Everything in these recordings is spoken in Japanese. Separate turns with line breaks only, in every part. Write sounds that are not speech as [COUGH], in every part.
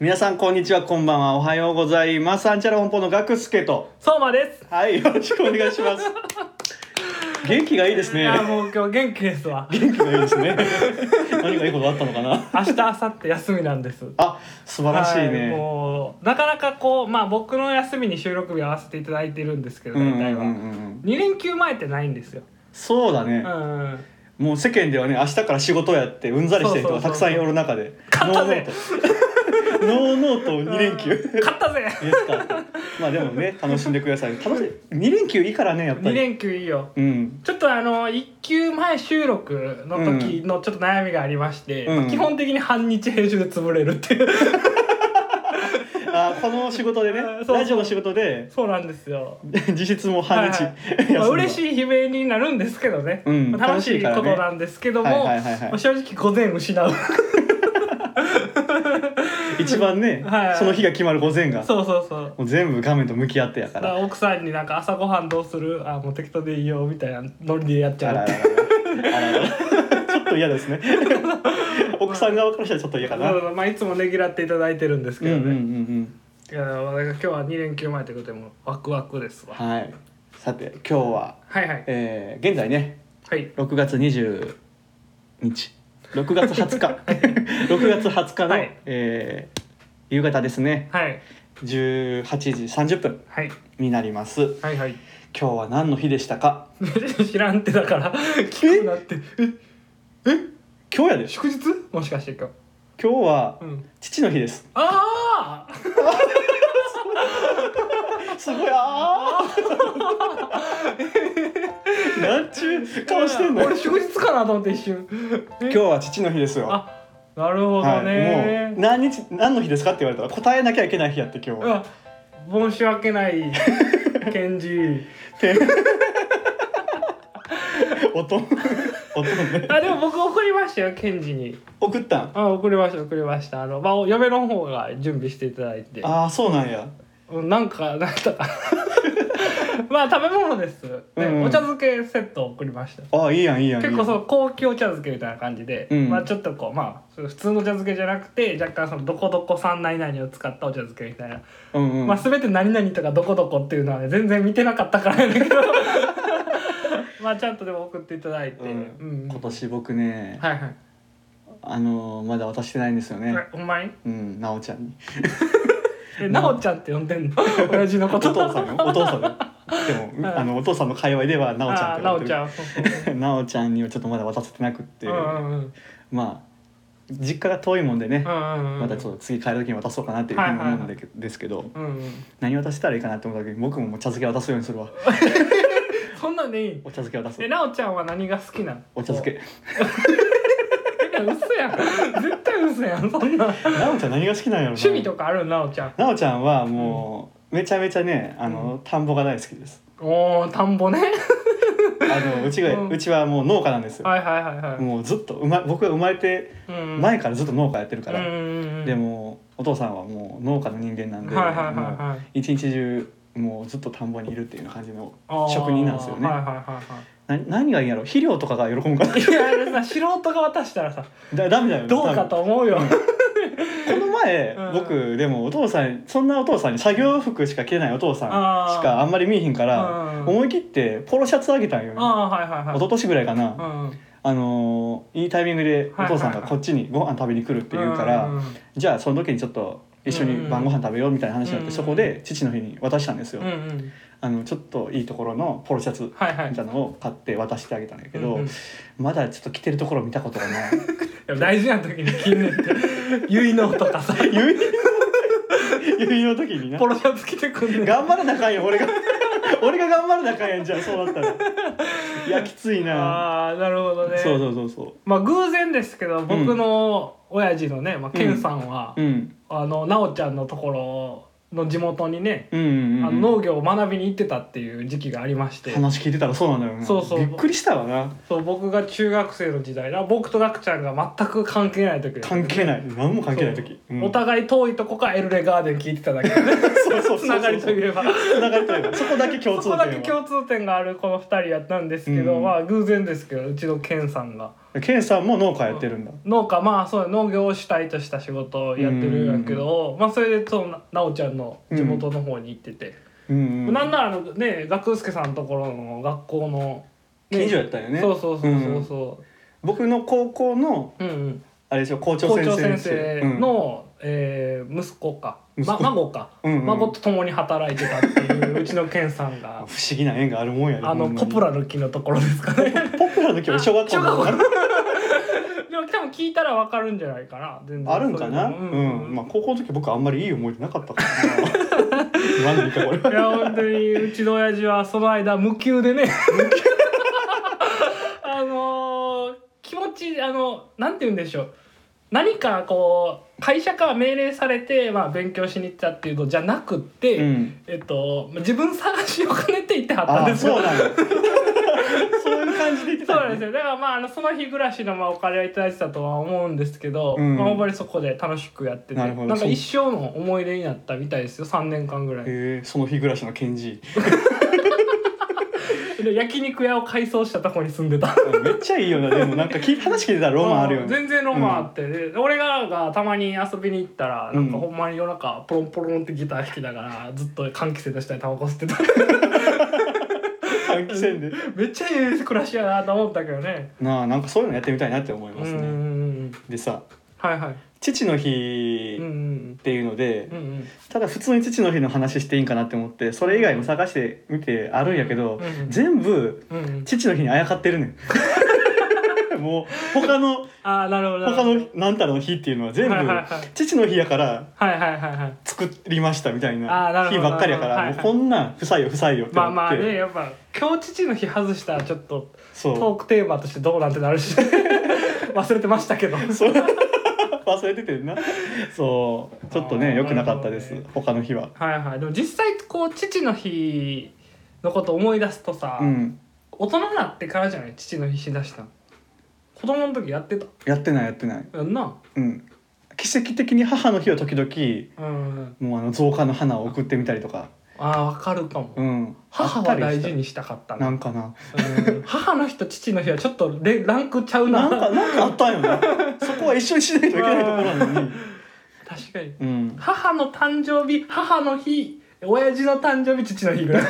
皆さんこんにちはこんばんはおはようございますアンチャラ本舗のガクスケと
相馬です。
はいよろしくお願いします
[LAUGHS]
元気がいいです
い
ね
やもう今日元気ですわ。
元気がいいですね何かいいことあったのかな
明日明後日休みなんです。
あ素晴らしい
はい
ね、
もうなかなかこうまあ僕の休みに収録日合わせていただいてるんですけど
うんうんう
大
ん
体
う
は。
ん
二連休前ってないんですよ。
そうだ
う
ね、
ん。
もう世間ではね明日から仕事をやってうんざりしてる人がたくさんおる中で
そうそうそう
ノーノートノー [LAUGHS] ノート2連休です
勝ったぜ。
かまあでもね楽しんでください楽し2連休いいからねやっぱ
二
り
連休いいよ。
うん
ちょっとあの一休前収録の時のちょっと悩みがありまして、
うん
基本的に半日編集で潰れるっていう
あこの仕事でね
[LAUGHS] そうそう
ラジオの仕事で
そうなんですよ
[LAUGHS] 実質もう半日、
はいはいまあ、嬉しい悲鳴になるんですけどね、
うん
まあ楽
楽しい
しい
か
こ
らね
となんですけども、
はいはいはいはい
まあ正直午前
[LAUGHS]
失う
一番ね、
はいはい
その日が決まる午前が
そうそうそう
もう全部画面と向き合ってやか
だ
ら
から奥さんになんか朝ごはんどうするあもう適当でいいよみたいなノリでやっち
あ
ゃ
ら
う
あらあらあらちょっと嫌
[LAUGHS]
ですね奥さん側からしたらちょっと嫌かな、
そうそうまあいつもねぎらっていただいてるんですけどね、
うんうんうん
いやだから今日は2連休前ということでもうワクワクですわ
うんはいさて今日は、
はいはい
えー現在ね
はい
6月20日6月20日
[LAUGHS]
6月20日の、
はい
えー夕方ですね
はい
18時30分
はい
になります
は
[LAUGHS]
いはい
今日は何の日でしたか
知らんってだから聞くなってえ
今日やでしょ
祝日もしかして今
今日は
日、うん、
父の日です
ああ
すごいあ
[LAUGHS]
ーなんちゅう顔してんの
俺祝日かなと思って一瞬
今日は父の日ですよ
あなるほど
はい、もう
ね、
何日何の日ですかって言われたら答えなきゃいけない日やって今日は
うわ申し訳ないケンジ
て音 [LAUGHS] 音ね
あでも僕送りましたよケンジに
送ったん
あ送りました送りましたあの、まあ、嫁の方が準備していただいて
ああそうなんや
うんなんかなんだか [LAUGHS] まあ食べ物です、ね
うん
お茶漬けセット送りました
ああいいやんいいやん
結構
う
その高級お茶漬けみたいな感じで、
うん
まあちょっとこうまあ普通のお茶漬けじゃなくて若干そのどこどこさん何々を使ったお茶漬けみたいな、
うんうん、
まあ全て何々とかどこどこっていうのはね全然見てなかったからやねんけ
[LAUGHS]
どまあちゃんとでも送っていただいて、
うん
うん
今年僕ね、
はいはい、
あのーまだ渡してないんですよね、
えお前
うんなおちゃんに
えなおちゃんって呼んでん
[LAUGHS]
の親父のこ
お
と
父さんよお父さんよでも、
[LAUGHS] はい
あのお父さんの界隈ではなおちゃんっ
あー
て
な
呼
お
ん
ち
で
ゃ
る
んそうそう
[LAUGHS]
そう
なおちゃんにはちょっとまだ渡せてなくって、
うんうんうん
まあ実家が遠いもんでね、
うんうんうん
またちょっと次帰る時に渡そうかなっていうふうに思うんだけですけど、
うんうん
何渡したらいいかなって思った時に僕ももう茶漬け渡すようにする
[LAUGHS]
わ
そんなんでいい
お茶漬け渡す
えなおちゃんは何が好きなの
お茶漬け
え嘘
[LAUGHS]
やん絶対嘘やんそんな
なおちゃん何が好きなんやろな
趣味とかあるなおちゃん
なおちゃんはもうめちゃめちゃねあの、田んぼが大好きです
おお田んぼね
あ
[LAUGHS]
のうちが、う
うん
ちはもう農家なんですよ、
はいはいはいはい
もうずっと、うま、僕が生まれて
うん
前からずっと農家やってるから、
うん
でもお父さんはもう農家の人間なんで、
はいはいはい
もう
はい
一日中もうずっと田んぼにいるっていう感じの
あー
職人なんですよね
はいはいはい
な何がいいんやろ肥料とかが喜ぶかな [LAUGHS]
はいいやあれさ素人が渡したらさ
だダメだよね
どうかと思うよ
多分この前、
うん
僕でもお父さんそんなお父さんに作業服しか着てないお父さん
あー
しかあんまり見えへんから
あ
思い切ってポロシャツあげたんよ、
あーはいはいはい
一昨年ぐらいかな、
うん
あのーいいタイミングでお父さんがこっちにご飯食べに来るって言うから、
うん
じゃあその時にちょっと一緒に晩ご飯食べようみたいな話になって、
うん
そこで父の日に渡したんですよ、
うんうん
あのちょっといいところのポロシャツみ
はいはい
たいなのを買って渡してあげたんだけど、
うんうんい
まだちょっと着てるところ見たことがない [LAUGHS]
や大事な時に着んねんって結納とかさ
結納結納の時にな
ポロシャツ着てくんねん
頑張らなあかんよ俺が [LAUGHS] 俺が頑張らなあかんやんじゃあそうだった
[LAUGHS]
らいやきついな
ああなるほどね
そうそうそうそ
まあ偶然ですけど僕の親父のね、まあ、ケンさんは、
ううん
あの奈緒ちゃんのところの地元にね、
うんうん、うん、
あの農業を学びに行ってたっていう時期がありまして
話聞いてたらそうなんだよな
そうそう
びっくりしたわな
そう僕が中学生の時代だ僕とガクちゃんが全く関係ない時です
関係ない何も関係ない時
そう
うん
お互い遠いとこからエルレガーデン聞いてただけで
[LAUGHS] そうそうそう
つながりといえば
つながりというかそこだけ共通
そ
点は
こだけ共通点があるこの2人やったんですけど、
うん
まあ偶然ですけどうちのケンさんが
ケンさんも農家やってるんだ
農家まあそう農業を主体とした仕事をやってるんやけど、まあ、それでその奈緒ちゃんの地元の方に行ってて、
うん、うん、
なんならあのね学助さんのところの学校の、ね
近所やったよね
そうそうそうそうそ
僕の高校の
う、うんうん、
あれでしょ校長
校
先
長
生
先生の、えー息子か、
息
ま、
子
孫か、
うんうん
孫と共に働いてたって
[LAUGHS]
いううちの健さん
うん
が
不思議な縁があるもんやね
あの
ほんま
ポ
に
プラの木のところですかね [LAUGHS]
ポプラの木は小学校
あ小
の
でも多分聞いたらわかるんじゃないかな全然
あるんかなう
そ
ん、
ういうのうん
まあ高校の時僕あんまりいい思い出なかったからな言わんでいいかこれ
いや本当にうちの親父はその間無給でね [LAUGHS] あのー気持ちあのなんて言うんでしょう何かこう会社から命令されて、まあ、勉強しに行ったっていうのじゃなくって、
うん
[LAUGHS] えっと、自分探しを兼ねて行ってはったん
あ
で
あ
すよ
そうなん
[LAUGHS]
やそういう感じで言って
そう
た
なんです
よ
よだからまああのその日暮らしのまあお金をいただいてたとは思うんですけど、
うん
まあ、あんまりそこで楽しくやってて
なるほど
んか一生の思い出になったみたいですよ3年間ぐらい。
へえその日暮らしのケンジ
で焼肉屋を改装したとこに住んでた
めっちゃいいよなでもなんか聞い話聞いてたらロマンあるよ
う
ね
ん [LAUGHS] 全然ロマンあって、で俺らがたまに遊びに行ったらなんか
うん
ほんまに夜中ポロンポロンってギター弾きながらずっと換気扇出したりタバコ吸ってた [LAUGHS]
換気扇で
めっちゃいい暮らしやなと思ったけどね
なあなんかそういうのやってみたいなって思いうま
ん
す
うんう
ね
ん
でさ
はいはい
父の
うん
日
う
っ
ん
ていうので
うんうん
ただ普通に父の日の話していいんかなって思ってそれ以外も探してみてあるんやけど
うんうん
全部
うんうん
父の日にあやかってるね
[LAUGHS]
んもう他の
ああなるほどなるほ
他
ど
のなんたらの日っていうのは全部
はいはいはい
父の日やから
はいはいは
[LAUGHS]
いはい
作りましたみたい
あーなる
な
ほ
日
ど
ばっかりやか
な
らも
る
う
ほ
こ
ど
んなん不採用不採用って
まあ
思
ま
っ
あね
て
やっぱ今日父の日外したらちょっと
そう
トークテーマとしてどうなんてなるし [LAUGHS] 忘れてましたけど
そう [LAUGHS] 忘れててんなそうちょっと
あ
ね
ー
良くなかったです、
なる
他の日は
はいはいでも実際こう父の日のこと思い出すとさ、
うん
大人になってからじゃない父の日しだしたの子供の時やってた
やってないやってない
やんな
うん奇跡的に母の日は時々
うん
もうあの造花の花を送ってみたりとか
ああわかるかも、
うん
母は大事
に
にしたかった
な
な、
んかな
うん母の日と父の日はちょっとレランクちゃう
な
なん
かなんかあったんよな [LAUGHS] そこは一緒にしないといけないところなのに
確かに
うん
母の誕生日母の日親父の誕生日父の日ぐらい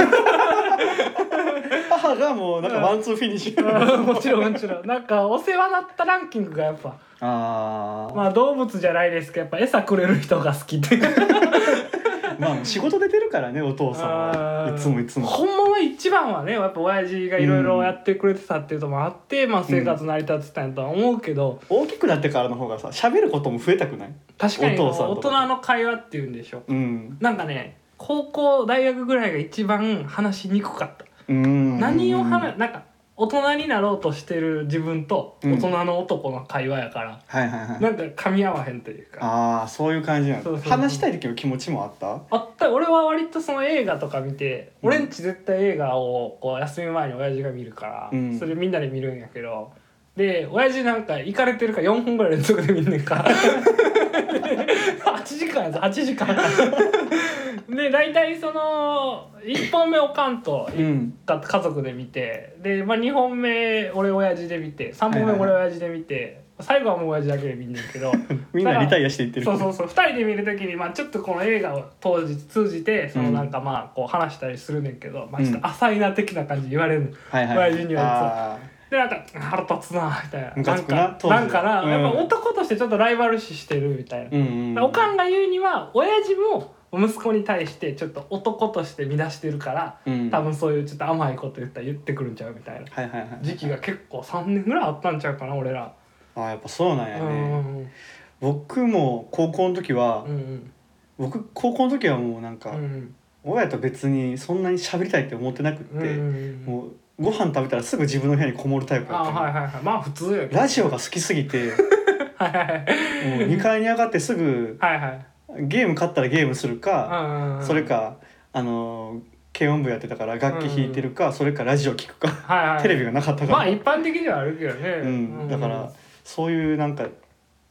母がもうなんかワンツーフィニッシュ
うん [LAUGHS] もちろんもちろんなんかお世話になったランキングがやっぱ
あー
まあ動物じゃないですけどやっぱ餌くれる人が好きっていう [LAUGHS]
まあ仕事出てるからねお父さん
あ
は
ー
いつもいつも
ほんまは一番はねやっぱ親父がいろいろやってくれてたっていうのもあって、まあ生活成り立ってたんやとは思うけど
大きくなってからの方がさ喋ることも増えたくない
確かにこう
お父さん
大
とか
人の会話っていうんでしょ
うん
なんかね高校大学ぐらいが一番話しにくかった、
うん
何を話なんか大人になろうとしてる自分と
うん
大人の男の会話やから、
はいはいはい
なんか噛み合わへんというか
ああそういう感じな
そう
の
そうそう
話したい時の気持ちもあった
あった俺は割とその映画とか見て、
うん
俺んち絶対映画をこう休み前に親父が見るから、
うん
それみんなで見るんやけどで親父なんか行かれてるから4本ぐらい連続で見んね
[LAUGHS]
んか8時間やぞ8時間で大体その1本目おかんと
うん
が家族で見てで、まあ、2本目俺親父で見て3本
はいはいは
目
い
俺親父で見て、最後はもう親父だけで見んねん
[LAUGHS]
けど
みんなリタイアしていってる
そうそうそう2人で見るときに、まあ、ちょっとこの映画を当時通じてそのなんかまあこう話したりするねんけど、まあ、ちょっと浅いな的な感じで言われるの、
はいはい
親父にはでなんか腹立つなみたいな
ム
な
カ
ん
つくな
か
当時
なんかな、
うん
やっぱ男としてちょっとライバル視してるみたいな、
あーうんうん
だからおかんが言うには親父も息子に対してちょっと男として見出してるから
うん
多分そういうちょっと甘いこと言ったら言ってくるんちゃうみたいな
はいはいはい
時期が結構3年ぐらいあったんちゃうかな俺ら、
あーやっぱそうなんや
うんう
ね
ん
僕も高校の時は
うんうん
僕高校の時はもうなんか
うんうん
親と別にそんなに喋りたいって思ってなくっ
うんうんう
て
ん
もうご飯食べたらすぐ自分の部屋にこもるタイプだ
あ
った
はい
の
はいはいまあ普通やけど
ラジオが好きすぎても
はいはいはいう
2階に上がってすぐ
はいはい
ゲーム買ったらゲームするか
うんうんうん
それかあの軽音部やってたから楽器弾いてるか、それかラジオ聞くか
はいはい
テレビがなかったから、
まあ一般的ではあるけどね、
うん、だから
う
そういうなんか
ん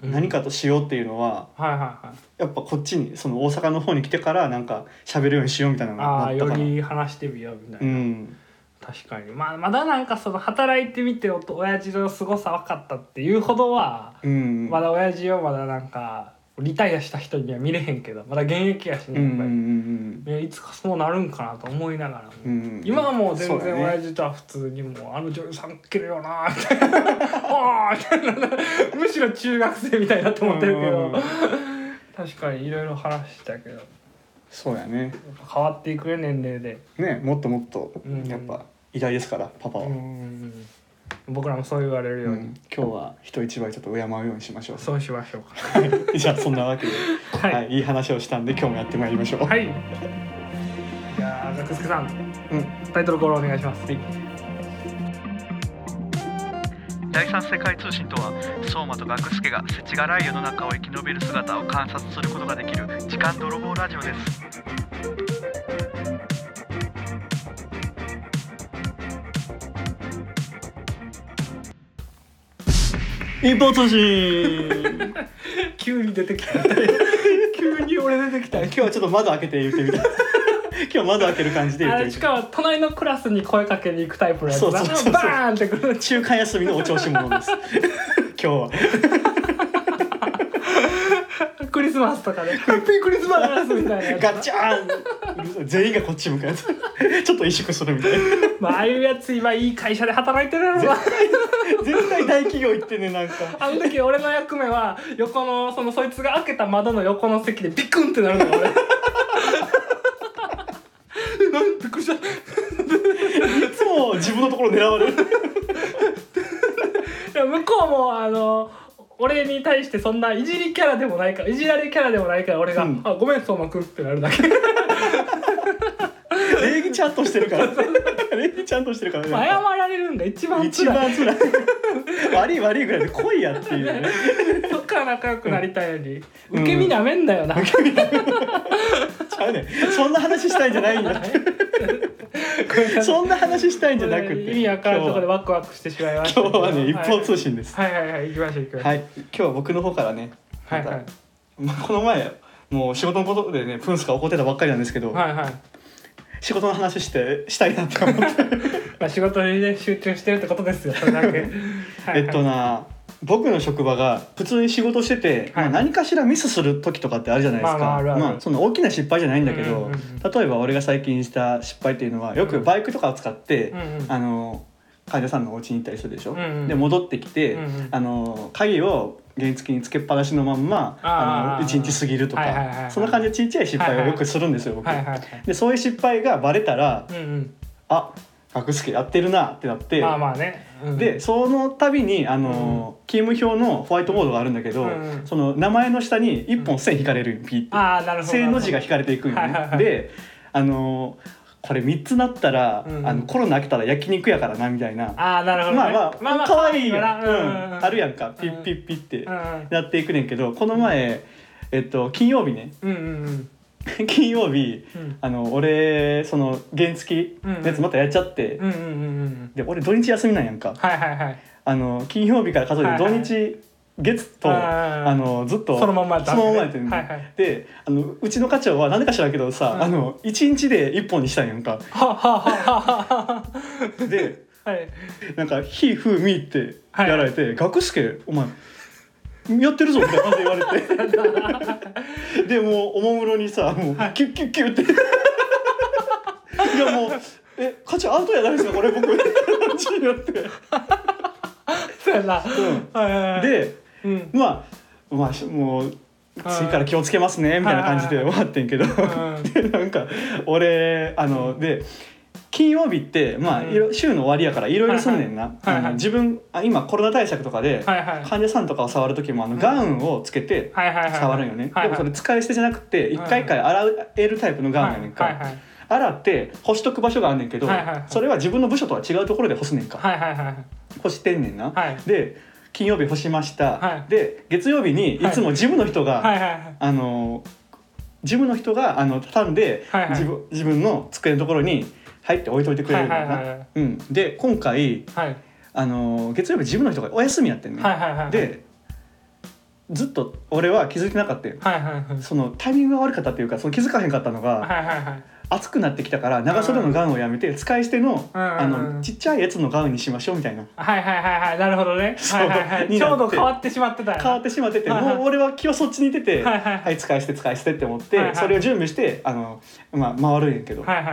何かとしようっていうのは、
はいはいはい
やっぱこっちにその大阪の方に来てからなんか喋るようにしようみたいなの
あ
がな
あ
った
よ
かな。
り話してみようみ
う
たいな、
ん、
確かにまあまだなんかその働いてみておと親父の凄さ分かったっていうほどは、
うん
まだ親父はまだなんかリタイアした人には見れへんけどまだ現役やし
うんう
ね
ん
や
う
っぱり、
ん
ねいつかそうなるんかなと思いながらも、
うん
今はもう全
そうだ
然
ね
親父とは普通にもうあの女優さん切るよなみたいな「 [LAUGHS] おーみたいなむしろ中学生みたいだと思ってるけ
うんう
ど
んうん
確かにいろいろ話したけどやっ
そうやね
ぱ変わっていくね年齢で
ねもっともっと
うん
やっぱ偉大ですからパパは、
う
うん
ん僕らもそう言われるように、
今日は人一倍ちょっと敬うようにしまし
[LAUGHS]
ょう
そうしましょうか [LAUGHS]
じゃあそんなわけで、
は
はいいい、い話をしたんで今日もやってまいりましょう、
はいいやーザクスケさん
うん
タイトルコールお願いします、
第三世界通信とは相馬と学助が世知辛い世の中を生き延びる姿を観察することができる時間泥棒ラジオです
一方通信
急に出てきた [LAUGHS] 急に俺出てきた
今日はちょっと窓開けて言ってみ
[LAUGHS]
た今日窓開ける感じで言っ
あ
て
れ
み
したかも隣のクラスに声かけに行くタイプのやつだ
そうそうそうそう
バーンってくる
中間休みのお調子者
[LAUGHS]
です今日は
[LAUGHS] クリスマスとかでハッピークリスマスみたいなやつ
ガチャーンうるさい全員がこっち向かうやつちょっと萎縮するみたいな
まあああいうやつ今いい会社で働いてる [LAUGHS] やろな
絶対大企業行ってねなんか
あの時俺の役目は横のそのそいつが開けた窓の横の席でビクンってなるのが俺えなんびっくりした
いつも自分のところ狙われる
でも向こうもあの俺に対してそんないじりキャラでもないからいじられキャラでもないから俺が「
うん
あごめん相馬くん」ってなるだけ
礼儀ちゃんとしてるから礼儀ちゃんとしてるから
まあ謝られるんが一番
一
辛い
番辛い悪い悪いぐらいで来いやっていうね
[LAUGHS] そっから仲良くなりたいのに、
うん
受け身なめんだよな、
ちゃうねんそんな話したいんじゃないんだそんな話したいんじゃなくて
意味わからんとこでワクワクしてしまいました
今日はね一方通
信
信です
はいはいはい行きましょう行きましょう
はい今日は僕の方からね
は
ま
い
た
はい
まあこの前もう仕事のことでねプンスが怒ってたばっかりなんですけど
はいはい
仕事の話してしたいなと思って
まあ仕事にね集中してるってことですよそれ
[LAUGHS]
だけはい、はい、
えっとな僕の職場が普通に仕事してて、
は
ま
い
あ、何かしらミスする時とかってあるじゃないですか、
まあまああるある
そんな大きな失敗じゃないんだけど、
うんうんうん
例えば俺が最近した失敗っていうのはよくバイクとかを使って、
うんうん
あの患者さんのお家に行ったりするでしょ、
うんうん
で戻ってきて、
うんうん
あの鍵を原付につけっぱなしのまんま
あー
あの1日過ぎるとか、
はいはいはいはい
そんな感じでちっちゃい失敗をよくするんですよ、
はいはい
僕。
はい
でそういう失敗がバレたら
うんうん
「あ学助やってるな」ってなって、
まあまあね、うん
でその度にあの、勤務表のホワイトボードがあるんだけど、
うんうん
その名前の下に一本線引かれるよピーって、
ああなるほど
線の字が引かれていくんよ
はいはいは
ね。
い
であのこれ3つなったら、
うん
あのコロナ飽きたら焼肉やからなみたいな
ああなるほど、ね、
まあまあ、可愛いよ、
な
うんあるやんかピ
う
ッ
ん
ピッピッって
うん
なっていくねんけどこの前、えっと、金曜日ね [LAUGHS]
うんうんうん
金曜日
うん
あの俺その原付のやつまたやっちゃって、
うんうんうんうん
で俺土日休みなんやんか、
はいはいはい
あの金曜日から数えて
はい
土
はい
日、月と
あー
あのずっと
そのまんまやった
そのまんまやってんの
はいはい
であのうちの課長は何でか知らんけどさ、
うん
あの1日で1本にしたんやんか
はははは [LAUGHS]
で
ははい
なんか「ひふみ」ってやられて「学助お前やってるぞ」みたいな感じで言われ
[LAUGHS]
てでもうおもむろにさもう、キュッキュッキュッっていやもう「え課長アウトやないですかこれ
[LAUGHS]
僕」ってなって
そうやな、はいはいはい、
で
うん
まあまあしもう次から気をつけますねみたいな感じで
はい
終わってんけど
ん
[LAUGHS] でなんか俺あので金曜日ってまあ
うん
いろ週の終わりやからいろいろすんねんな、
はいはいはいはい
あの自分あ今コロナ対策とかで
はいはい
患者さんとかを触る時もあのガウンをつけて
はいはいはいはい
触るんよね、
はいは
で
い
もそれ使い捨てじゃなくて一回一回洗えるタイプのガウンやねんか、
はいはい
洗って干しとく場所があんねんけど、
はいはいはい
それは自分の部署とは違うところで干すねんか、
はいはいはい
干してんねんな、
はい
で金曜日干しました、
はい
で月曜日にいつもジムの人が、
はいはいはい
あのジムの人があの畳んで、
はいはい
自分自分の机のところに入って置いといてくれるんだよな、
はいはいはい
うん、で今回
はい
あの月曜日ジムの人がお休みやってんね、
はいはいはい
でずっと俺は気づいてなかったよ
はいはいはい
そのタイミングが悪かったっていうかその気づかへんかったのが、
はいはいはい
暑くなってきたから長袖のガウンをやめて使い捨ての
うんうんうん
あのちっちゃいやつのガウンにしましょうみたいな
はいはいはいはいなるほどね
そう
はいはいはい
に
ち
なって
ょうど変わってしまってたよ
変わってしまってて
はいはい
もう俺は気はそっちに出て
はいはい
[LAUGHS] はい使い捨て使い捨てって思っ
はいは
て
い
それを準備してあのまあ回るんやけど
はいはい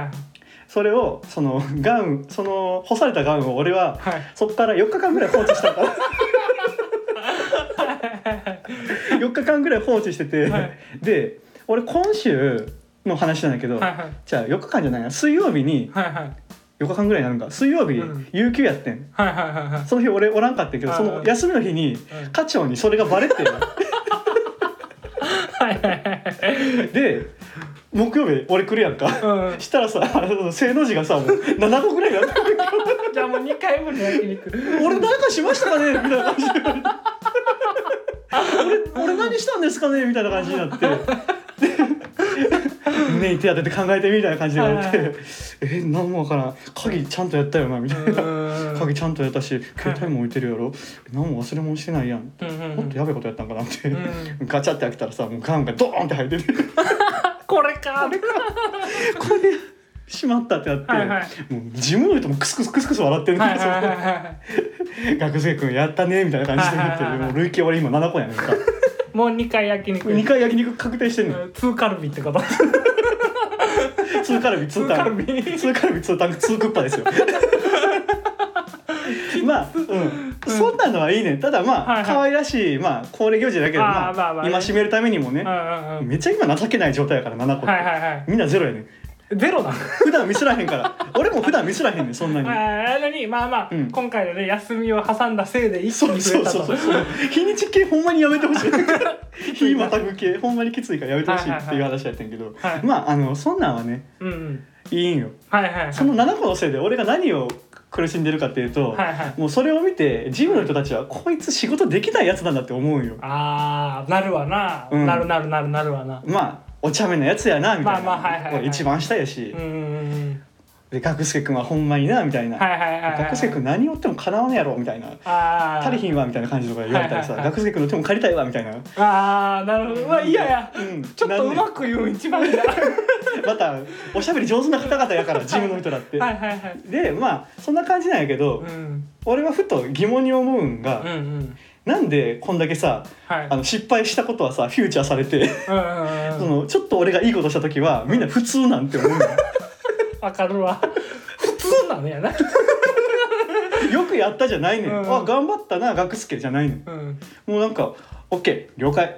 それをそのガウンその干されたガウンを俺は
はい
そっから4日間ぐらい放置したから4日間ぐらい放置してて、
はい
で俺今週の話なんだけど、
はいはい
じゃあ4日間じゃないな水曜日に
はいはい
4日間ぐらいになるんか水曜日、
うん
有給やってん
はいはいはいはい
その日俺おらんかったけど
あ
そ
ー
の休みの日に
うん
課長にそれがバレて
はいはいはい
で木曜日俺来るやんか、
うん
したらさあの正の字がさもう7個ぐらいになってる
じゃあもう二回分の焼肉
[LAUGHS] 俺なんかしましたかねみたいな感じで俺俺何したんですかねみたいな感じになってで胸に手当てて考えてみたいな感じで言われ
はい
て「え何もわからん鍵ちゃんとやったよな」みたいな。鍵ちゃんとやったし携帯も置いてるやろ何も忘れ物してないやん
うんうんうん
もっとやべえことやったんかなって、
う
ガチャって開けたらさもうガンがドーンって入って
[LAUGHS]
て
これか
これしまったってなって、
はいはい
もう事務の人もクスクスクスクス笑ってるん
はい
で
はい
す
はい
よ
は
学生君やったねみたいな感じで言って
はいはいはいはい
もう累計俺今7個やねんか
いもう二回焼肉
2回焼肉確定してんのよ
うんツーカルビってこと
2カルビ2タン
ツー
2カ
カルビ
ルビ2タン2クッパ
[LAUGHS]
ですよまあ、うん、そんなのはいいねんただまあ、
はいはい
可愛らしいまあ恒例行事だけど
あー
まあ
まあまあね
今締めるためにもね、
うんうんうん
めっちゃ今情けない状態やから7個って、
はいはいはい
みんなゼロやねん
ゼロだ
普段見せらへんから
[LAUGHS]
俺も普段見せらへんねんそんなに
あなのにまあまあ、
うん
今回のね休みを挟んだせいで一気
そ
に
うそ
増え
う
た
そう
と
そう日にち系ほんまにやめてほし
[LAUGHS]
い日またぐ系ほんまにきついからやめてほしいっていう話やったんやけど、
はいはい
まああのそんなんはね
うんうん
いいんよ
はいはいはい
その7個のせいで俺が何を苦しんでるかっていうと、
はいはい
もうそれを見てジムの人たちはこいつ仕事できないやつなんだって思うんよ
あーなるわな、
うん
なるなるなるなるわな
まあお茶目なやつやなみたいな、
まあまあはいはいはい
俺一番下やし、
うんうんうん
で学助君はほんまになみたいな、
はいはいはいはい
学助君何をってもかなわねやろみたいな
あー
足りひんわみたいな感じとか言われたりさ、
はいはいはい
学生君の手も借りたいわみたいな。
あーなるほどうわいやいや、
うん
ちょっとうまく言う一番だは
またおしゃべり上手な方々やから自分の人だって。
いはいはい
でまあそんな感じなんやけど、
うん
俺はふと疑問に思うんが、
うんうん
なんでこんだけさ
はい
あの失敗したことはさフューチャーされて、
うんうん
そ
うん
のちょっと俺がいいことした時はみんな普通なんて
[LAUGHS]
思うの
わかるわ普通なのやな
よくやったじゃないねん、
うん
あ頑張ったな学助じゃないねん
うん
もうなんか「OK 了解」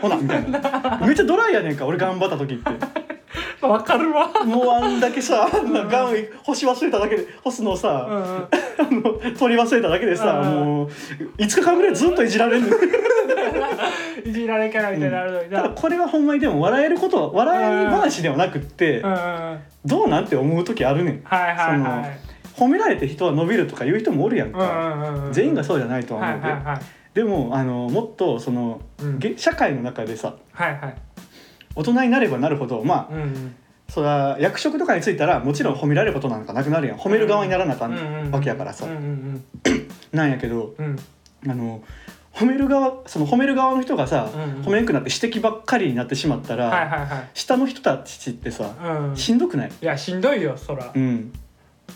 ほなみたいなめっちゃドライやねんか俺頑張った時って。
わかるわ
もうあんだけさ、あんなガウン干し忘れただけで干すのを
う
さ、
んうん
あの取り忘れただけでさ、
うんうん
もう5日間ぐらいずっといじられるの
[LAUGHS] いじられキャラみたいになるのに
た
な
だこれはほんまにでも笑えることは笑い話ではなくって、
うんうんはい
どうなんて思う時あるねん
はいはい
褒められて人は伸びるとか言う人もおるやん
うんう
か、
んうんうん
全員がそうじゃないとは
は
思
いう
で、
はいはい
でもあのもっとその、
うん
げ社会の中でさ
はいはい
大人になればなるほどまあ、
うんうん
それは役職とかについたらもちろん褒められることなんかなくなるやん褒める側にならなあか
うんうんうんん
わけやからさ、
うんうん
なんやけど
うんうん
あの褒める側その褒める側の人がさ、
うんうん
褒めんくなって指摘ばっかりになってしまったら、
はいはいはい
下の人たちってさ、
うん
しんどくない、
いやしんどいよそら
うん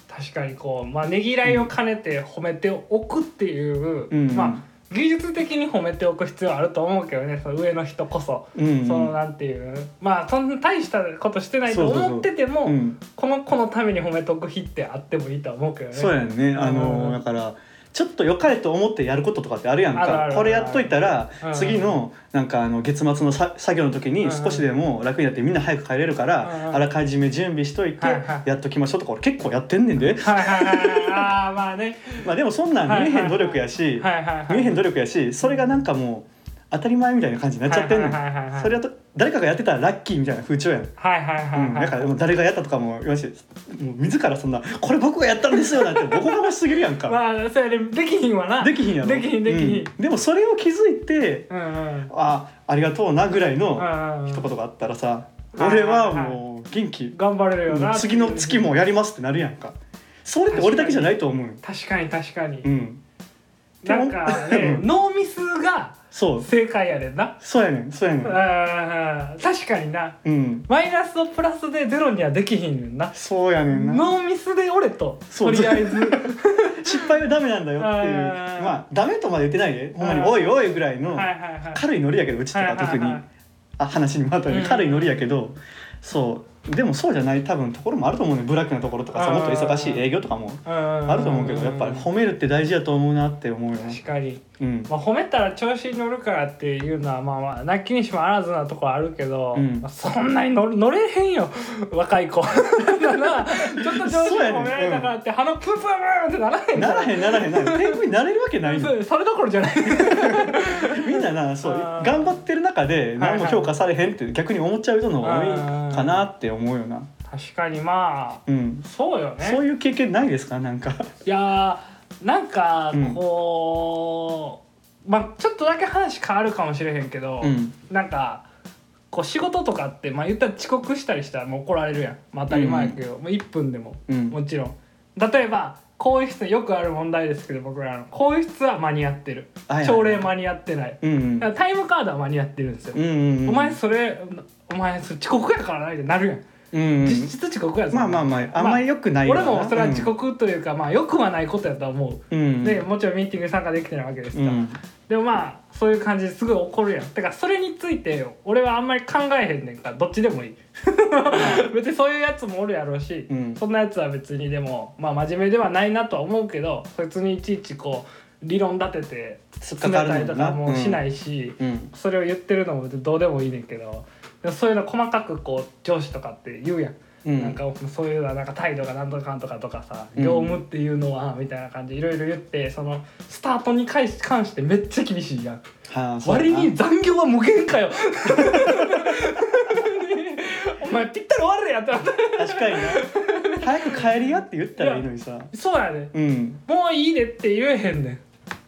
確かにこうまあねぎらいを兼ねて褒めておくっていう、
うん
まあ技術的に褒めておく必要あると思うけどねその上の人こそ、
うんうん、
そのなんていうまあそんな大したことしてないと
そうそうそう
思ってても
うん
この子のために褒めておく日ってあってもいいとは思うけどね
そうやんねあの、
うん
だからちょっと良かれと思ってやることとかってあるやん
あるあるあ
か
る
これやっといたら、
うん
次のなんかあの月末のさ作業の時
うん
に少しでも楽になってみんな早く帰れるから、
うん
あらかじめ準備しといて
はいはい
やっときましょうとか俺結構やってんねんで、
はいはいはいはいああまあね
まあ、でもそんなん見えへん努力やし、
はいはいはい
見えへん努力やしそれがなんかもう当たり前みたいな感じになっちゃってんの
はいはいはいはい
よそれはと誰かがやってたらラッキーみたいな風潮やん、
はいはいは
うん、
いは
だ
い
からもう誰がやったとかも言わしもう自らそんな「これ僕がやったんですよ」なんてボコボコしすぎるやんか
まあそれできひんわ
[LAUGHS]
な
できひんやろ
できひんできひん
うんでもそれを気づいて
うんうん
「あありがとうな」ぐらいの
うんうん
一言があったらさ
うん
俺はもう元気
頑張れるよな
次の月もやりますってなるやんかそれって俺だけじゃないと思うよ
確かに確かに、
うん
なんかね
うん
ノーミスが
そう
正解やねんな
そうやねんそうやねん
あー確かにな
うん
マイナスをプラスでゼロにはできひんねんな
そうやねんな
ノーミスで折れと
そ
と
う
りあえず
失敗はダメなんだよっていう
あー
まあダメとまで言ってないでほんまに
あ
「
ー
おいおい」ぐらいの
はい
[LAUGHS]
はいはい
軽いノリやけどうちとか特に
はいはいはい
あ話にもあったよう
う
に
ん
軽いノリやけどそうでもそうじゃない多分ところもあると思うねブラックなところとか
あ
さ
ー
もっと忙しい営業とかも
あ
あると思うけどやっぱり褒めるって大事やと思うなって思うよ
確
ね
かに、
うん
まあ、褒めたら調子に乗るからっていうのはまあまあなきにしもあらずなとこはあるけど、
うん
まあそんなに乗る乗れへんよ [LAUGHS] 若い子だなちょっと調子に褒められたからって鼻プープープーってならへん
なら
ん
へんならへんならへん天狗になれるわけないの
そうそれどころじゃない
みんななそう
あー
頑張ってる中で何も評価されへんって逆に思っちゃう人の方が多いかなって思うよな
確かにま
うん
あそうよね
そういう経験ないですかなんか
いやーなんか
うん
こう、まあちょっとだけ話変わるかもしれへんけど、
うん
なんかこう仕事とかって、まあ、言ったら遅刻したりしたらもう怒られるやん、まあ、当たり前やけど、もう1分でも
うん
もちろん例えば更衣室よくある問題ですけど僕らの更衣室は間に合ってる
はいはい
朝礼間に合ってない
うんうん
だからタイムカードは間に合ってるんですよ、
うんうんうん
お前それお前それ遅刻やからなってなるやん、
うんうん
実質遅刻やぞ
まあまあまああんまり良くないよ
俺
な
もそれは遅刻というか、まあよくはないことやとは思う、
うんうん
でもちろんミーティングに参加できてないわけです
う
から、
ん
でもまあそういう感じですごい怒るやんだからそれについて俺はあんまり考えへんねんからどっちでもいい別にそういうやつもおるやろうし、
うん
そんなやつは別にでもまあ真面目ではないなとは思うけどそいつにいちいちこう理論立てて
突っか
詰
か
め
るのも
たりと
な
かもしないし、
うん
それを言ってるのも別にどうでもいいねんけどでもそういうの細かくこう上司とかって言うやん
うん
なんかそういうのはなんか態度がなんとかかんとかとかさ、
うん
業務っていうのはみたいな感じでいろいろ言ってそのスタートに関し関してめっちゃ厳しいやん
はあそうだ
割
な
に残業は無限かよ [LAUGHS] お前ぴったり終われやってなった
確かにな早く帰りやって言ったらいいのにさ
そうやね
うん
もういいでって言えへんね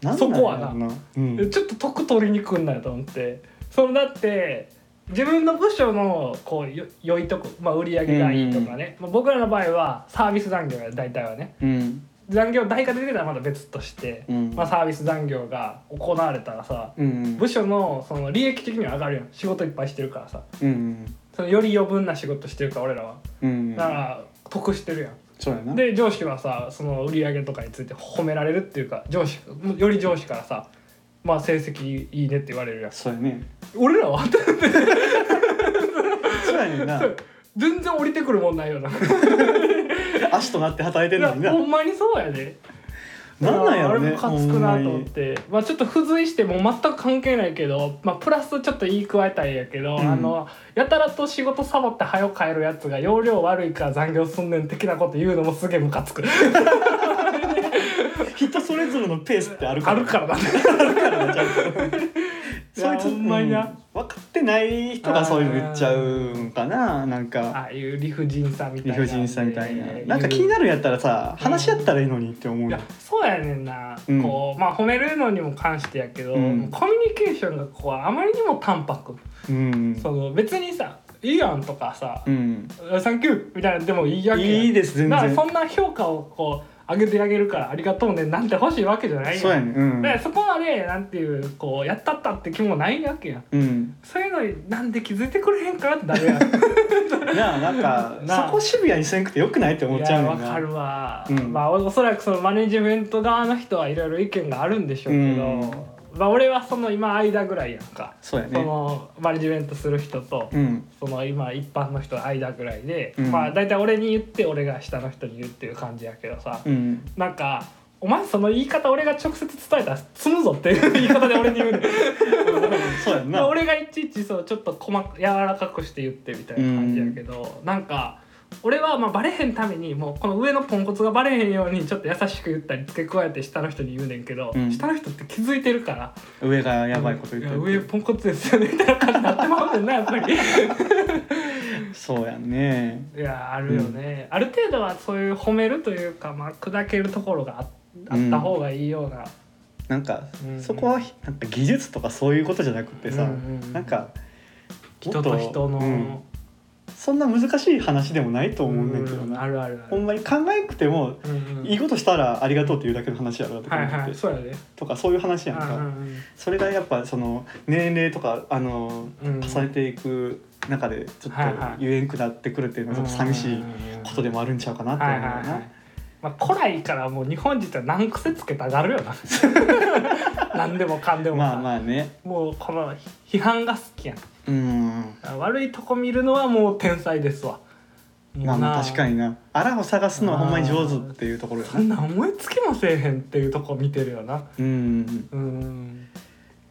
ん
なん
そ
なん
こは
や
な
ろなうん
ちょっと得取りにくんなよと思ってそのだって自分の部署のこうよ良いとこ、まあ、売り上げがいいとかね、まあ、僕らの場合はサービス残業や大体はね
うん
残業代が出てたらまだ別として、
うん
まあ、サービス残業が行われたらさ
うん
部署のその利益的には上がるやん仕事いっぱいしてるからさ
うん
そのより余分な仕事してるから俺らは
うん
だから得してるやん
そうやな
で上司はさその売り上げとかについて褒められるっていうか上司より上司からさまあ成績いいねって言われるやん
そうやね
俺らは
そうやねんな
[LAUGHS] 全然降りてくるもんないよな
足となって働いてんのに
いや
な
ほんまにそうやで
なんなんやろ
あ
ね
れもかつくなと思ってまあちょっと付随しても全く関係ないけど、まあ、プラスちょっと言い加えたいんやけど、
うん
あのやたらと仕事サボって早よ帰るやつが容量悪いから残業すんねん的なこと言うのもすげえムカ
[LAUGHS]
つく
ほんまに人それぞれのペースってあるか
あ
ら
るからだね
ちゃんと [LAUGHS] そいつ
ほんまにな
うん分かってない人がそういうの言っちゃうんかななんか
ああいう理不尽さみたい
理
な
不尽さみたいな
えー
なんか気になるんやったらさ話し合ったらいいのにって思う
い
よ
やそうやねんな、
うん
こうまあ褒めるのにも関してやけど、
うん
コミュニケーションがこうあまりにも淡白、
うん
その別にさ「いいやん」とかさ
うん
「サンキュー」みたいなのでもいいわけやん
いいです全
だから
然
そんな評価をこう上げてあげるからありがとうねなんて欲しいわけじゃない
そうや
ん
ねうん
だからそこまでなんていうこうやったったって気もないわけやん
うん
そういうのになんで気づいてくれへんかってなるやん
[LAUGHS] なあなんか
[LAUGHS] なあ
そこシビアにせんくてよくないって思っ
い
ちゃ
や
うね
わ
ん
か
な
るわ、
うん
まあおそらくそのマネジメント側の人はいろいろ意見があるんでしょうけど、
うん
まあ俺はその今間ぐらいやんか、
そうや
そ
ね
のマネジメントする人と、
うん
その今一般の人の間ぐらいで、
うん
まあ大体俺に言って俺が下の人に言うっていう感じやけどさ、
うん
なんかお前その言い方俺が直接伝えたら積むぞっていう言い方で俺に言う
[LAUGHS]
ね
そうやん
まあ
な
俺がいちいちそうちょっと細か柔らかくして言ってみたいな感じやけど、なんか俺はまあバレへんためにもうこの上のポンコツがバレへんようにちょっと優しく言ったり付け加えて下の人に言うねんけど、
うん
下の人って気づいてるから
上がやばいこと言
い
っ
や
て
上
る
ポンコツですよねみたいな感じになってまうねんなやっぱ
[LAUGHS]
り。
そうやんね
いやあるよね、ある程度はそういう褒めるというか、まあ、砕けるところがああった方がいいような、
なんか
うん
そこはなんか技術とかそういうことじゃなくてさ
うんうん
なんか
人と人の、
うんそんな難しい話でもないと思うねんけど
うんあ
な、
るあるあ
ほ
る
んまに考えんくても、
うんうん
いいことしたらありがとうっていうだけの話やろうとか
は
思
い
って、
はいそうやで
とかそういう話やんか、それがやっぱその年齢とかあの
うん
重ねていく中でちょっと
はいはい
言えんくなってくるっていうのはちょっと寂しいことでもあるんちゃうかなって
は
思う
いはい
よな、
はいまあ古来からもう日本人って難癖つけたが
[LAUGHS]
るよな何でもかんでもさ
まあまあね
もうこの批判が好きやん
うん
悪いとこ見るのはもう天才ですわもう
まあまあ確か
に
になあらを探すのはほんまに上手っていうところよ
そん
な
なん思いつきもせえへんっていうとこ見てるよな
うん、
うん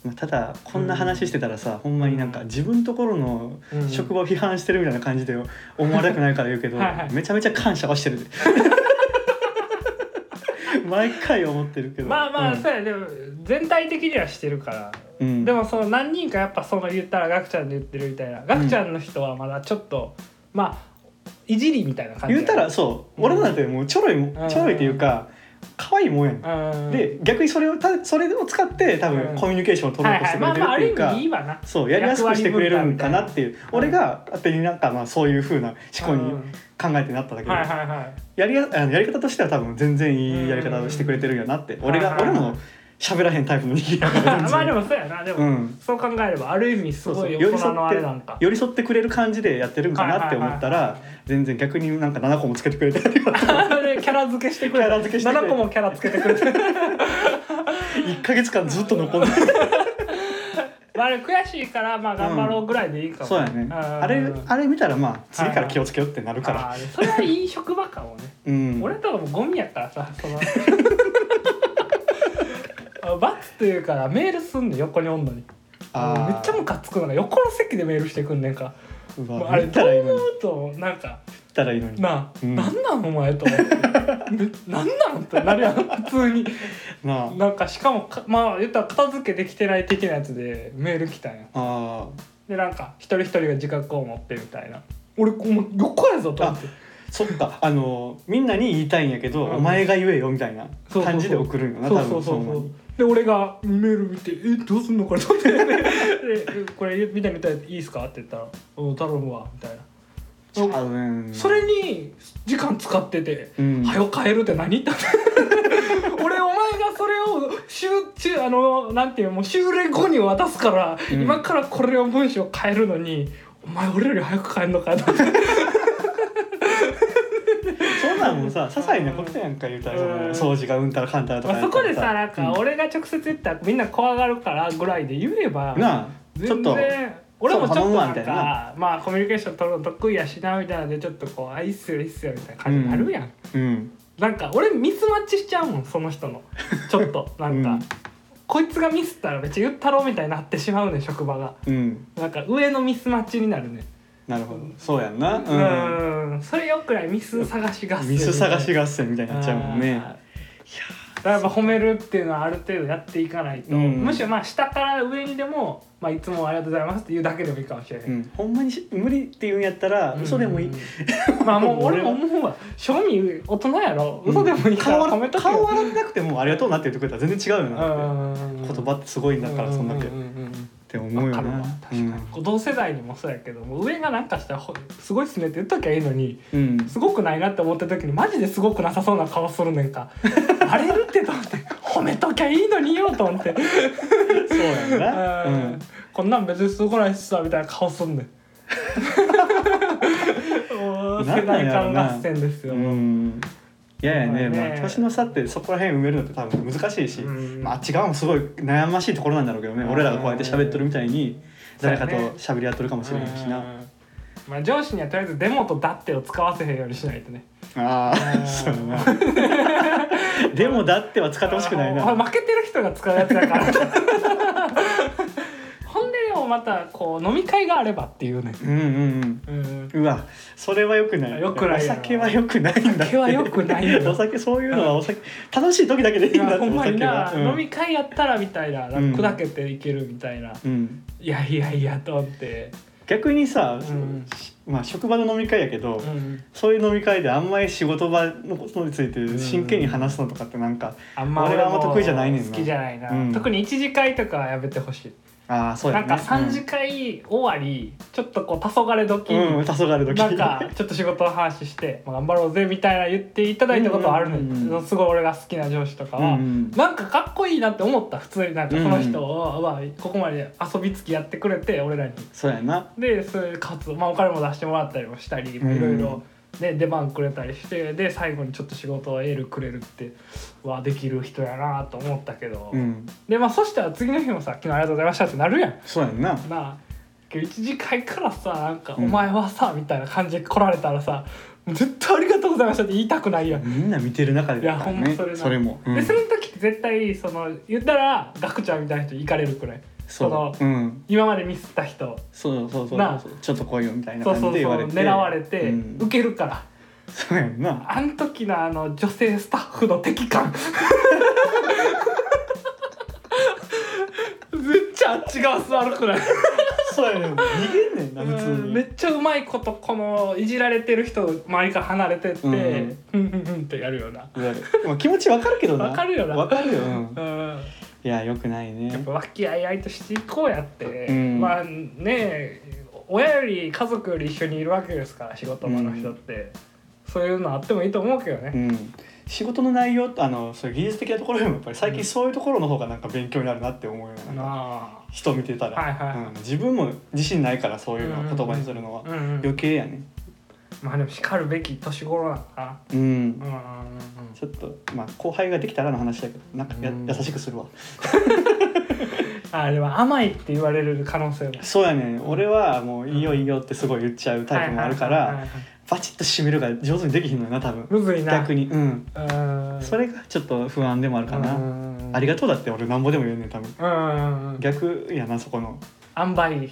まあ、ただこんな話してたらさ、ほんまになんか自分ところの
うん
職場を批判してるみたいな感じで [LAUGHS] 思われたくないから言うけど
はいはい
めちゃめちゃ感謝はしてるで [LAUGHS] 毎回思ってるけど
まあまあ、
うん
そうやでも全体的にはしてるから、
うん、
でもその何人かやっぱその言ったらガクちゃんの言ってるみたいなガクちゃんの人はまだちょっと、まあいじりみたいな感じ
言
や
うたらそう、俺らなんてもうちょろいも
うん
ちょろいっていうか可愛いもんやん、
うん
で逆にそれをたそれを使って多
う
分
ん
コミュニケーションを取ろ
は
う
い
と
は
して
い
く
ま
れてるっ
あまああ
て
る
い
意
うか、
味いいわな
そうやりやすくしてくれるんかなっていう、
役割
俺
分担みたいな
が勝手になんかまあそういうふうな思考に
うん
考えてなっただけで、
はいはいはい
やりやあのやり方としては多分全然いいやり方をしてくれてるんやなって、俺が、
はいはい
俺
はい
も喋らへんタイプの人間やから全然
まあ [LAUGHS] でもそうやなでも、
うん
そう考えればある意味すごい
そうそう
大人のあれなんか
寄り添ってくれる感じでやってるんかなって思ったら、
はいはいはいは
全然逆になんか7個もつけてくれて [LAUGHS] ありがとう
[LAUGHS] でキャラ付けしてくれ
キャラ付けしてくれ
7個もキャラ付けてく
[LAUGHS]
れて
1か月間ずっと
[LAUGHS]
残って
まああれ悔しいからまあ頑張ろうぐらいでいいかも、
そうやね
ん
あれあれ見たらまあ次から気をつけようってなるから、
あーそれはいい職場かもね
うん
俺とかもゴミやからさその [LAUGHS] あ罰というからメールすんねん横におんのに
あー
めっちゃムカつくのが横の席でメールしてくんねんか
う
もう
わ
あれ
見た
ど
ら
う
いい
思
の
う
に
となんか
見たらいいのにな
なあ、
うん
なんなんお前と思ってめなんなんってなるやん普通に
あ
なんかしかもかまあ言ったら片付けできてない的なやつでメール来たんや
あー
でなんか一人一人が自覚を持ってみたいな俺こう横やぞと思って
そっかあのみんなに言いたいんやけど、
うん
お前が言えよみたいな
そうそうそう
感じで送るんよな
そう
多
そう
分
そう
ほ
そ
んま
う
に
で俺がメール見て「えどうすんのこれ」と思ってで「これ見てみたいいいっすか?」って言ったら「うん頼むわ」みたいな
ちゃうねん
それに時間使ってて
う
「
ん
はよ帰る」って何言ったの俺お前がそれを週中あのなんていうもう修練後に渡すから、
うん
今からこれを文章変えるのに「お前俺より早く帰るの
[LAUGHS]
か」って
そんなんもさ些細なことやんか言うたらその
うん
掃除がうんたらかんたらとか
まあ
や
そ
った
こ
ら
でさなんか
うん
俺が直接言ったらみんな怖がるからぐらいで言えば
なあちょっ
全
と
然俺もちょっとなん
そう頼むわ
かまあコミュニケーション取るの得意やしなみたいなんでちょっとこう「あいいっすよいいっすよ」みたいな感じになるやん、
うん
なんか俺ミスマッチしちゃうもんその人のちょ
[LAUGHS]
っとなんか、
うん
こいつがミスったらめっちゃ言ったろみたいになってしまうねん職場が
うん
なんか上のミスマッチになるね
なるほどそうやんな
う
うん
ーんそれよくないミス探し合戦
ミス探し
が
合戦みたいになっちゃうもんね
だからやっぱ褒めるっていうのはある程度やっていかないと、
うん
むしろまあ下から上にでも、まあ、いつもありがとうございますって言うだけでもいいかもしれない、
うんほんまにし無理って言うんやったら嘘でもいい
まあも
[LAUGHS]
う俺も思うわ正味大人やろ嘘でもいいから
顔
褒
笑
め
っ
とけ
顔
よ
笑ってなくてもありがとうなって言ってくれたら全然違うよ
言
なって言葉ってすごいんだからそんだけっ
け
て思うよ
わかるわ
な
確かに
う
同世代にもそうやけどもう上がなんかしたらほすごいっすねって言っときゃいいのに
んうん
すごくないなって思った時にマジですごくなさそうな顔するね
[LAUGHS]
んかあれるってと思って褒めときゃいいのによと思って
そうやんな
う
うんん
こんなん別にすごくないっすわみたいな顔すん
[LAUGHS]
ねん [LAUGHS] もう世代間合戦ですよ、
うんいややね、
まあね
まあ、年の差ってそこら辺埋めるのって多分難しいし、
うん
まあ、あっち側もすごい悩ましいところなんだろうけどね、
うん
俺らがこうやって喋ってるみたいに
そう
誰
や
か
ね
と喋り合っとるかもしれないしな、
うんまあ上司にはとりあえずデモとだってを使わせへんようにしないとね
あ
う
あ [LAUGHS]
ん
そうやな [LAUGHS] でもだっては使ってほしくないな
あの負けてる人が使うやつだからほんででもまたこう飲み会があればっていうね
うんうん
うん
うんうわそれはよくない
良くない
お
よ
酒はよくないんだって
お酒は良くないよ
お酒そういうのはお酒楽しい時だけでいい
い
んだって
やほんまに
お
な、
酒は
飲み会やったらみたいななんか砕けていけるみたいな、
うんうん
いやいやいやと思って、
逆にさ、
うん
まあ職場の飲み会やけど、
うん、
そういう飲み会であんまり仕事場のことについて真剣に話すのとかってなんか、
あんま
俺はあんま
も
得意じゃないねんな
好きじゃないな、
うん
特に一次会とかはやめてほしい
ああそうや
な
ね
んか3次会終わり、ちょっとこう黄昏時
うん、うん、
に
黄昏時
なんかちょっと仕事の話してまあ頑張ろうぜみたいな言っていただいたことはあるの
うんうんうん
よすごい俺が好きな上司とか
うんう
は、
ん
なんかかっこいいなって思った普通になんかこの人
う
は、まあ、ここまで遊びつきやってくれて俺らに
そうやな
でそういう活動、まあ、お金も出してもらったりもしたりい
うん
ろいろね出番くれたりしてで最後にちょっと仕事をエールくれるってはできる人やなと思ったけど、
うん
でまあそしたら次の日もさ「昨日ありがとうございました」ってなるやん。
そうやんな
なあ今日一次会からさなんか「
うん
お前はさ」みたいな感じで来られたらさ「もう絶対ありがとうございました」って言いたくないやん。
みんな見てる中でだから
いやほんまそれな
それも、うん
でその時って絶対その言ったら学ちゃんみたいな人行かれるくらい
そ、
そう
うん、
今までミスった人
そうそうそう
なあ
そうちょっと来いよみたいな
そう
感
そう
じ
そう
で言われて
狙われて、
うん
受けるから
そうやんな
あん時のあの女性スタッフの敵
[LAUGHS]
感めっちゃあっち側座るくらい
そうやねん逃げんねんな普通
うん
に
めっちゃうまいことこのいじられてる人周りから離れてって、
う
うんん、
う
うんんうんってやるような、
やるまあ気持ちわかるけどな
わかるよな
わかるよ、うん
うん、
いやよくない
やっ
ね
ぱ和気あいあいとしていこうやって、
うん
まあねえ親より家族より一緒にいるわけですから仕事場の人って、そういうのあってもいいと思うけど
う
ね、
ん仕事の内容あのそういう技術的なところよりもやっぱり最近そういうところの方がなんか勉強になるなって思うような
なあ
人見てたら、
はいはいはい
うん、自分も自信ないからそういうのは
うん
言葉にするのは
うんうん
余計やね
まあでもしかるべき年頃なのか
うん、
なうんうんうん
ちょっとまあ後輩ができたらの話だけどなんかや、
うん
優しくするわ
あでも甘いって言われる可能性も
そうやねん俺はもういいよいいよってすごい言っちゃうタイプもあるか
はいはい
ら
はいはい
バチッと締めるが上手にできひんのよな多分
むずいな
逆にうん
うん
それがちょっと不安でもあるか
う
なんありがとうだって俺なんぼでも言うねん多分
うんうん
逆やなそこの
塩梅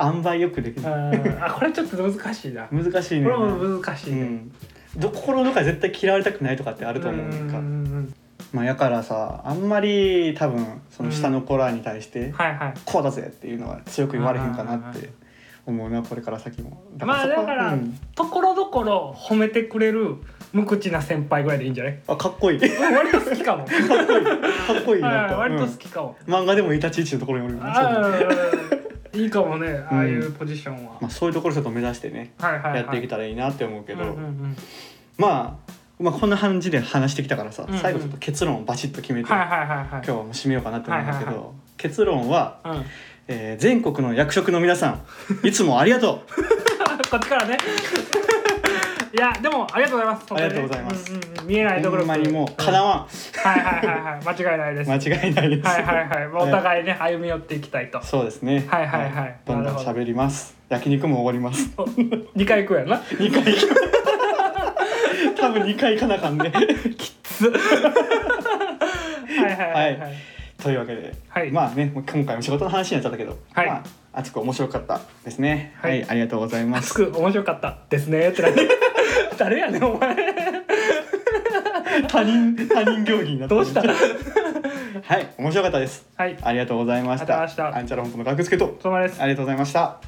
塩梅よくでき
う
る
んあこれちょっと難しいなこ
難しいねん
れ
な
も難し
う
いね
んど心の中で絶対嫌われたくないとかってあ
あ
ると思うねんか
ん
まあやからさあんまり多分その下の子らに対して
はいはい
こうだぜっていうのは強く言われへんかなって思うなこれから先も
まあ
そこ
だ
は
から
うん
ところどころ褒めてくれる無口な先輩ぐらいでいいんじゃない
あかっこ
[LAUGHS]
いいか
割と好きかも
っ [LAUGHS] こいいかっこいいなん
はい
か
割と好
うん
きかも
漫画でもいたち位置のところにおるよねそう
あ
ね
あいいかもねああいうポジションは
まあそういうところちょっと目指してね
はいはいはい
やっていけたらいいなって思うけど、
うんうんうん
まあまあこんな感じで話してきたからさ、
うんうん
最後ちょっと結論をバチッと決めて、
はいはいはいはい
今日はもう締めようかなって思うんだけど、
はいはい
結論は、
うん [LAUGHS]
えー全国の役職の皆さんいつもありがとう
こっちからね [LAUGHS] いやでもありがとうございます本当にね
ありがとうございます
んうんうん見えないとこ
ほ
ろ
んまにもうか
ん
なわ
はいはいはいはい間違いないで
ん
す。
間
はい
違いないです、
はいはい、まあお互いね歩み寄っていきたいと。
そうですね
はいはいはい
どんどん
なるほど
喋ります焼肉も終わります
二回行くやんな。
二回行きます [LAUGHS] 多分2回行かなあかんね
はいはいはいはい。
[LAUGHS] というわけで、
はい
まあねもう今回も仕事の話になっちゃったけど、
はい
まあ、熱く面白かったですねは、
はいい
ありがとうございます
熱く面白かったですねってなって誰やねんお前
他人他人行儀になって
どうした。
は
はい
面白かったです
い。
ありがとうございました
ありがとうございました
アンチャラ本当の学付けと
お疲れ様です。
ありがとうございました